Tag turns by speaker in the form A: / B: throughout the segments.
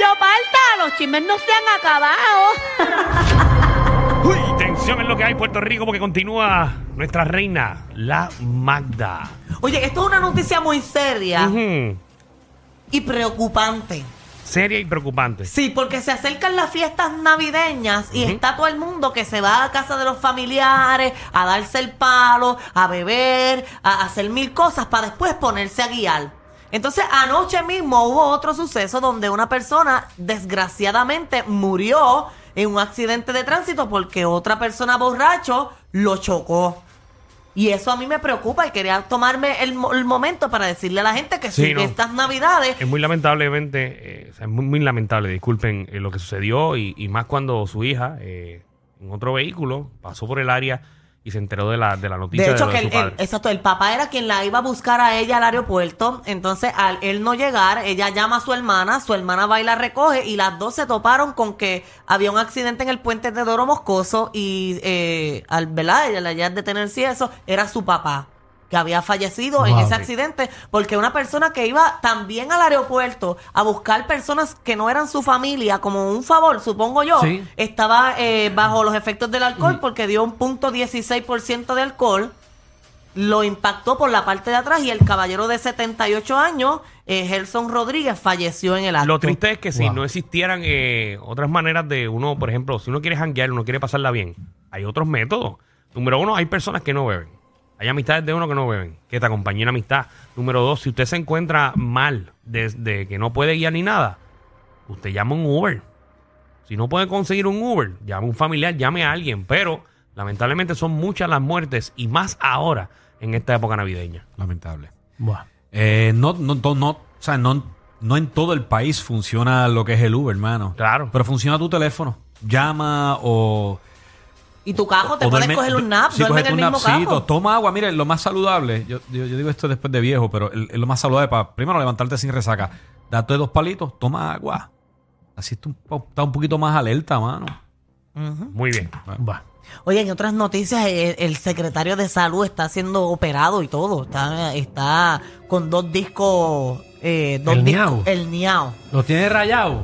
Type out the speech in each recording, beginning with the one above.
A: Yo falta, los chismes no se han acabado.
B: Uy, tensión es lo que hay en Puerto Rico porque continúa nuestra reina, la Magda.
A: Oye, esto es una noticia muy seria
B: Ujú.
A: y preocupante.
B: Seria y preocupante.
A: Sí, porque se acercan las fiestas navideñas y está todo el mundo que se va a casa de los familiares a darse el palo, a beber, a hacer mil cosas para después ponerse a guiar. Entonces, anoche mismo hubo otro suceso donde una persona desgraciadamente murió en un accidente de tránsito porque otra persona borracho lo chocó. Y eso a mí me preocupa y quería tomarme el, mo- el momento para decirle a la gente que
B: Sí,
A: si
B: no.
A: estas navidades
B: Es muy lamentablemente, eh, o sea, es muy, muy lamentable, disculpen, eh, lo que sucedió y, y más cuando su hija, eh, en otro vehículo, pasó por el área y se enteró de la, de la noticia
A: De
B: de,
A: hecho,
B: lo
A: que
B: de
A: el,
B: su padre.
A: el- exacto, el papá era quien la iba a buscar a ella al aeropuerto. Entonces, al él no llegar, ella llama a su hermana, su hermana va y la recoge. Y las dos se toparon con que había un accidente en el puente de Doro Moscoso. Y eh, al ¿verdad? ella la ya detenerse y eso, era su papá que había fallecido en
B: Wow.
A: ese accidente porque una persona que iba también al aeropuerto a buscar personas que no eran su familia como un favor supongo yo
B: Sí.
A: estaba eh, bajo los efectos del alcohol porque dio un punto 16% de alcohol lo impactó por la parte de atrás y el caballero de 78 años, eh, Gerson Rodríguez, falleció en el acto.
B: Lo triste es que si
C: Wow.
B: no existieran eh, otras maneras de uno, por ejemplo, si uno quiere janguear, uno quiere pasarla bien, hay otros métodos. Número uno, hay personas que no beben. Hay amistades de uno que no beben, que te acompañe en amistad. Número dos, si usted se encuentra mal, desde que no puede guiar ni nada, usted llama un Uber. Si no puede conseguir un Uber, llame a un familiar, llame a alguien. Pero lamentablemente son muchas las muertes y más ahora en esta época navideña.
C: Lamentable. Eh, no, no, no, no- o sea, no, no en todo el país funciona lo que es el Uber, hermano.
B: Claro.
C: Pero funciona tu teléfono. Llama o.
A: y tu cajo, te
C: o
A: puedes
C: duerme-
A: coger un nap,
C: sí,
A: duerme en
C: cógete
A: el
C: un
A: mismo
C: napsito,
A: cajo.
C: Toma agua. Mire, lo más saludable. Yo, yo- yo digo esto después de viejo, pero el- es lo más saludable para. Primero, levantarte sin resaca. Date dos palitos, toma agua. Así tú estás un poquito más alerta, mano.
B: Muy bien.
A: Oye, en otras noticias, el, el secretario de salud está siendo operado y todo. Está, está con dos discos. eh, dos
D: ¿El
A: discos-
D: niao?
A: El niao.
D: ¿Lo tiene rayado?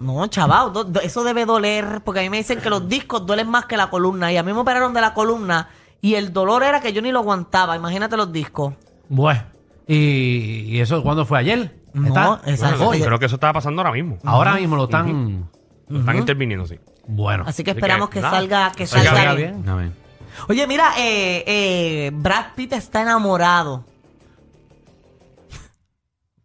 A: No, chaval, do- do- eso debe doler, porque a mí me dicen que los discos duelen más que la columna. Y a mí me operaron de la columna y el dolor era que yo ni lo aguantaba. Imagínate los discos.
D: Bueno. ¿Y, y eso cuándo fue? ¿Ayer?
A: No, eh,
D: ¿Está?
A: exacto.
D: Hoy.
B: Creo que eso estaba pasando ahora mismo.
D: Ahora mismo lo están...
B: Lo Están interviniendo, sí.
D: Bueno.
A: Así que
B: Así que,
A: esperamos que,
B: nada,
A: salga, que
B: que salga
A: salga,
D: Salga
A: bien.
D: bien.
C: Amén.
A: Oye, mira, eh, eh, Brad Pitt está enamorado.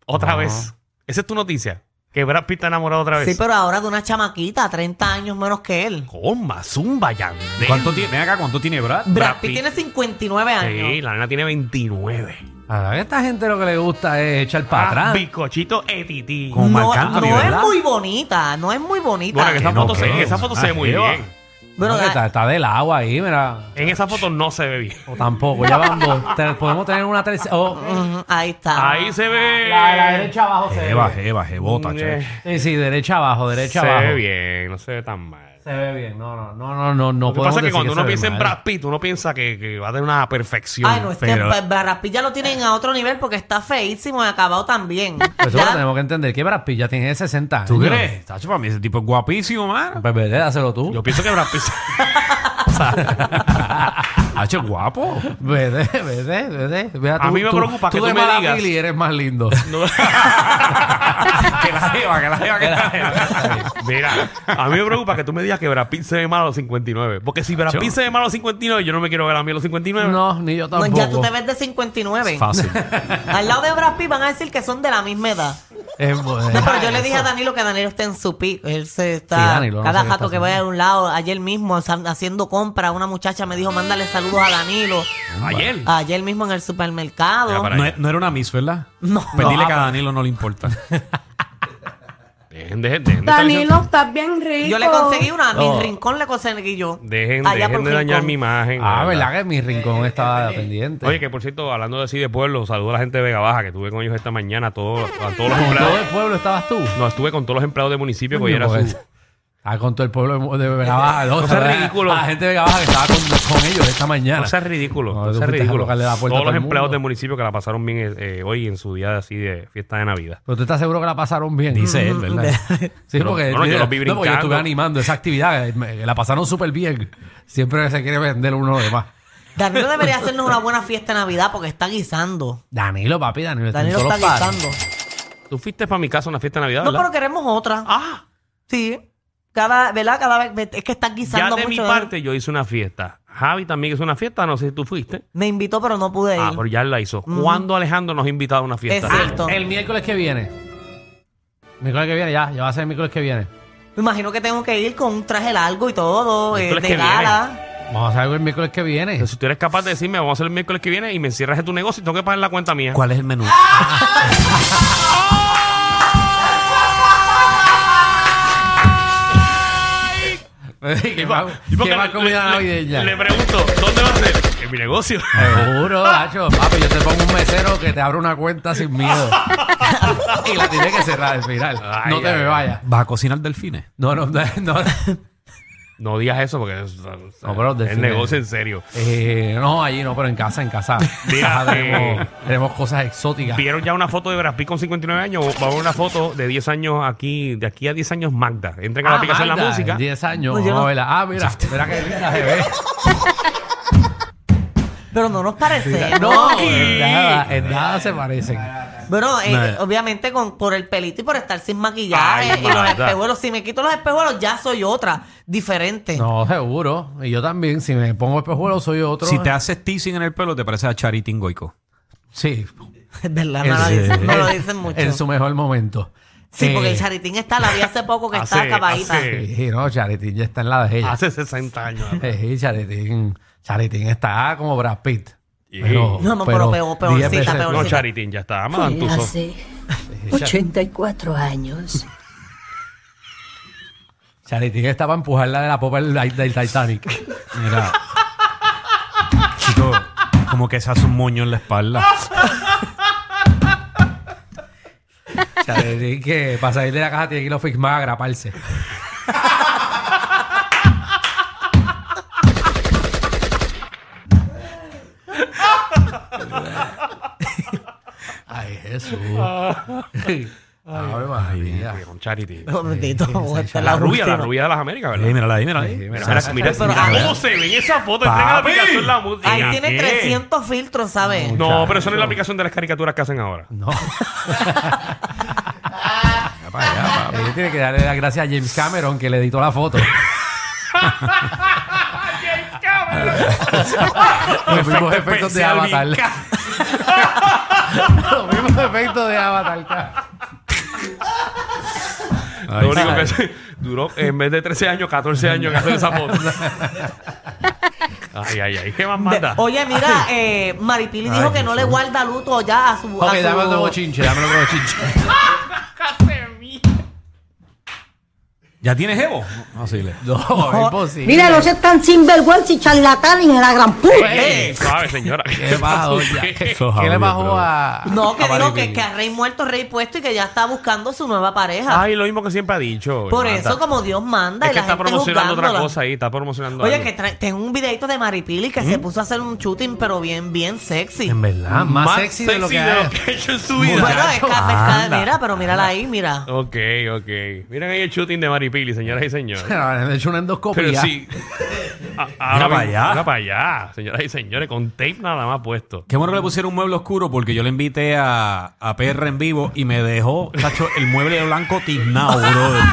B: Otra vez. Esa es tu noticia. Que Brad Pitt está enamorado otra vez.
A: Sí, pero ahora de una chamaquita, 30 años menos que él.
B: Coma, zumba, Yandel.
C: ¿Cuánto tiene? Ven acá, ¿cuánto tiene Brad?
A: Brad,
B: Brad
A: Pitt,
B: Pitt.
A: tiene 59 años.
B: Sí, la nena tiene 29.
D: A esta gente lo que le gusta es echar para
B: Ah,
D: atrás.
B: Bizcochito etití.
C: Como
A: no,
C: Marc Anthony,
A: no es
C: ¿verdad?
A: muy bonita, no es muy bonita.
B: Bueno, que esa
C: no
B: foto,
C: creo.
B: se, esa foto se ve muy
C: Arriba.
B: bien.
A: Bueno, ah.
D: No, que
A: la-
D: está, está del agua ahí, mira.
B: En esa foto no se ve bien.
D: O tampoco, ya van dos. Te- podemos tener una oh. tercera... o-
A: Ujú, ahí está.
B: Ahí se ve.
D: la de la derecha abajo se
C: Jeva,
D: ve.
C: jeva, jebota, che.
B: Eh,
D: Eh, Sí, sí, derecha abajo, derecha
B: se
D: abajo.
B: ve bien, no se ve tan mal.
D: Se ve bien. No, no, no, no, no. no
B: Lo que pasa es que cuando uno piensa en
D: brazos
B: Brad Pitt, uno piensa que, que va a tener una perfección.
A: Ay, no, este es
B: pero-
A: que Ba- Brad Pitt ya lo tienen a otro nivel porque está feísimo y acabado también.
D: Eso
A: Ya-
D: lo tenemos que entender. Que Brad Pitt ya tiene 60 años.
C: ¿Tú crees? Tacho, para mí ese tipo es guapísimo, mano.
D: Pues vete, dáselo tú.
B: Yo pienso que Brad Pitt.
C: Tacho, es Ah, guapo.
D: Vete, vete, vete. Mira,
B: A mí me preocupa que tú
D: de
B: me
D: mala
B: digas.
D: pili eres más lindo.
B: No.
C: que la jeva, que la jeva, que la
B: Mira, a mí me preocupa que tú me digas que Brad Pitt se ve mal a los 59. Porque si Brad Pitt se ve mal a los 59, yo no me quiero ver a mí a los 59.
D: No, ni yo
A: no,
D: tampoco.
A: ya tú te ves de 59.
C: Fácil.
A: Al lado de Brad Pitt van a decir que son de la misma edad.
D: Es bueno.
A: No, pero yo le dije a Danilo que Danilo está en su pico. Él se está.
D: Sí, Danilo, no
A: cada
D: sé qué
A: jato
D: está
A: que vaya a un lado, ayer mismo sa- haciendo compra, una muchacha me dijo, mándale saludos a Danilo.
B: Ayer.
D: Ah.
A: Ayer mismo en el
B: Mira
A: supermercado.
B: para
C: No, e- no era una miss, ¿verdad?
A: No.
C: Pues dile que a Danilo no le importa.
B: Dejen, dejen, dejen de estar
E: Danilo,
B: diciendo-
E: estás bien rico.
A: Yo le conseguí una, a mi
D: Oh.
A: rincón le conseguí yo.
B: Dejen,
A: Allá
B: dejen
A: por
B: de dañar
A: Rincón.
B: mi imagen.
D: Ah,
B: de verdad.
D: ¿verdad que mi rincón estaba pendiente?
B: Oye, que por cierto, hablando de así de pueblo, saludo a la gente de Vega Baja, que estuve con ellos esta mañana, a todos, a todos los
D: ¿Con todo el
B: empleados.
D: pueblo estabas tú?
B: No, estuve con todos los empleados de municipio, porque
D: Coño,
B: era
D: pues,
B: su...
D: Ah, con todo el pueblo de Vega Baja.
B: No
D: No, o
B: seas
D: sea,
B: ridículo.
D: A la gente de Vega Baja que estaba con, con ellos esta mañana.
B: No seas ridículo,
D: No,
B: no
D: tú
B: seas
D: fuiste a
B: ridículo.
D: tocarle la puerta a
B: Todos los
D: todo el
B: empleados
D: mundo.
B: del municipio que la pasaron bien eh, hoy en su día así de fiesta de Navidad.
D: Pero tú estás seguro que la pasaron bien. Dice él, ¿verdad? Sí,
B: Pero,
D: porque,
B: no, no, yo los vi
D: no, porque yo
B: brincando.
D: estuve animando esa actividad. eh, me- La pasaron súper bien. Siempre se quiere vender uno a los demás.
A: Danilo debería hacernos una buena fiesta de Navidad porque está guisando.
D: Danilo, papi, Danilo. está en
A: Danilo
D: todos
A: está
D: los pares.
A: guisando.
B: Tú fuiste para mi casa a una fiesta de Navidad,
A: No,
B: ¿verdad?
A: pero queremos otra.
B: Ah,
A: Sí. Cada, ¿verdad? Cada vez es que estás
B: ya
A: guisando
B: de mi
A: mucho.
B: parte yo hice una fiesta. Javi también hizo una fiesta, no sé si tú fuiste.
A: Me invitó, pero no pude ir.
B: Ah, pero ya él la hizo. ¿Cuándo Alejandro nos ha invitado a una fiesta? Ah,
A: Exacto.
D: El miércoles que viene. Miércoles que viene, ya. Ya va a ser el miércoles que viene.
A: Me imagino que tengo que ir con un traje largo y todo, eh,
B: Miércoles que
A: de
B: viene.
A: gala.
D: Vamos a hacer algo el miércoles que viene.
B: Entonces, Ah, si tú eres capaz de decirme, vamos a hacer el miércoles que viene y me encierras en tu negocio y tengo que pagar la cuenta mía.
C: ¿Cuál es el menú?
D: ¿Qué más,
B: Pues, Y porque
D: qué más
B: le-
D: comida
B: le-
D: navideña?
B: Le pregunto, ¿dónde va a ser? En mi negocio.
D: Seguro, Nacho. Papi, yo te pongo un mesero que te abre una cuenta sin miedo. y la tiene que cerrar al final.
B: Ay,
D: no te
B: ay,
D: me
B: ay.
D: vayas.
C: ¿Vas a cocinar delfines?
D: No, no, no. no.
B: No digas eso porque es,
D: No, pero
B: es
D: define.
B: negocio en serio.
D: Eh, no, allí no, pero en casa, en casa.
B: Mira,
D: Ajá, tenemos,
B: eh,
D: tenemos cosas exóticas.
B: ¿Vieron ya una foto de Brad Pitt con 59 años? Vamos a ver una foto de 10 años aquí, de aquí a 10 años Magda. Entren a la aplicación de la
D: Ah, Magda,
B: música.
D: en 10 años.
A: No, yo
D: vamos
A: no-
D: a verla. Ah, mira, mira qué linda se ve.
A: Pero no nos parece.
D: No, en nada, en nada se parecen.
A: Bueno, eh,
C: Nada.
A: obviamente con, por el pelito y por estar sin maquillaje
B: Ay,
A: y los
B: maldad.
A: espejuelos. Si me quito los espejuelos, ya soy otra, diferente.
D: No, seguro. Y yo también, si me pongo espejuelo, soy otro.
C: Si te haces teasing en el pelo, te parece a Charitín Goico.
D: Sí.
A: Es verdad, no, lo dicen, no lo dicen mucho.
D: En su mejor momento.
A: sí, porque
D: Eh,
A: el charitín está, la vi hace poco que está
B: Hace-
A: acabadita.
B: hace-
D: Sí, no, Charitín ya está en la de
A: Ah,
D: ella.
B: Hace 60 años.
D: Sí, Charitín, Charitín está como Brad Pitt. Pero,
A: No, no, pero peor- peorcita,
D: 10 veces-
A: peor.
B: No, Charitín, ya está. Madame
F: Fue
B: Tussauds.
F: hace 84 años.
D: Charitín está para empujarla de la popa del, del Titanic.
C: Mira. Chico, como que se hace un moño en la espalda.
D: Charitín que para salir de la caja tiene que ir a los Fix Max a agraparse. Ay, Jesús. Ay, María.
B: Con Charitín.
A: Un momentito, este vamos a
D: sí,
A: estar
B: La rubia,
A: rubia,
B: la rubia de las Américas,
C: Sí,
B: ¿verdad?
C: mírala ahí, mírala ahí.
D: Sí,
B: Mira,
D: mira,
B: mira,
D: mira.
B: mira,
A: Pero
B: mira
A: ahí-
B: cómo se ve en esa foto. Entren a la
C: Papi.
B: aplicación la música.
A: Ahí tiene
B: ¿Qué?
A: 300 filtros, ¿sabes?
B: No, pero eso no es la aplicación de las caricaturas que hacen ahora.
D: No. Ella tiene que darle las gracias a James Cameron que le editó la foto. Los mismos efectos de
B: especial,
D: Avatar.
B: bien
D: Los mismos efectos de Avatar. ca-
C: Ay,
B: Lo único
C: sabe.
B: que hace- duró en vez de 13 años, 14 años que hacer esa foto. ay, ay, ay. ¿Qué más
A: De-
B: manda?
A: Oye, mira, eh, Maripili dijo que no le guarda luto ya a su. a
D: Ok,
A: su-
D: dame otro bochinche, dame otro bochinche.
C: ¿Ya tienes Evo? No, sí, le.
D: No, es imposible.
F: Mira, no seas tan sinvergüenza y charlatán en la gran puta.
B: Eh, suave, señora.
D: ¿Qué bajó ya? ¿Qué,
C: Eso es
D: qué le
C: audio,
D: bajó
C: bro.
B: Ah,
D: a.?
A: No, que
D: a
A: dijo
D: Maripili?
A: que, que a rey muerto, rey puesto y que ya está buscando su nueva pareja.
B: Ay, lo mismo que siempre ha dicho.
A: Por
B: Marta.
A: eso, como Dios manda, y
B: Es
A: la
B: que está
A: gente
B: promocionando otra
A: juzgándola.
B: cosa ahí, está promocionando
A: Oye,
B: algo.
A: que tra- tengo un videito de Maripili que
B: ¿Mm?
A: se puso a hacer un shooting, pero bien, bien sexy.
D: En
C: Ah,
D: verdad, más, sexy, de lo que
B: ha
D: hay.
B: hecho en su
A: Bueno,
B: vida.
A: es que pescada,
D: anda.
A: mira, pero mírala ahí, mira.
B: Ok, ok. Miren ahí el shooting de Maripili, señoras y señores.
D: Pero han hecho una endoscopia.
B: Pero sí. A- ahora
C: Mira
B: mismo-
C: para allá.
B: Mira para allá, señoras y señores, con tape nada más puesto.
C: Qué bueno que le pusieron un mueble oscuro porque yo le invité a, a PR en vivo y me dejó, cacho, el mueble blanco tiznado, brother.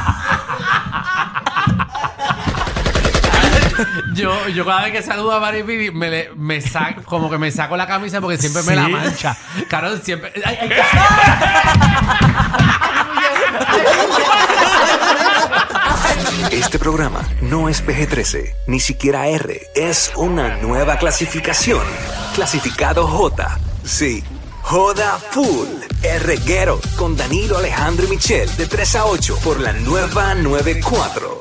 D: Yo, yo cada vez que saludo a Mari Pili, me, le- me saco, como que me saco la camisa porque siempre me la
C: Sí.
D: mancha. Carol siempre. Ay, ay,
G: Este programa no es PG-13, ni siquiera R. Es una nueva clasificación. Clasificado J. Sí, Joda Full. El reguero con Danilo Alejandro y Michel de 3 a 8 por la nueva 94.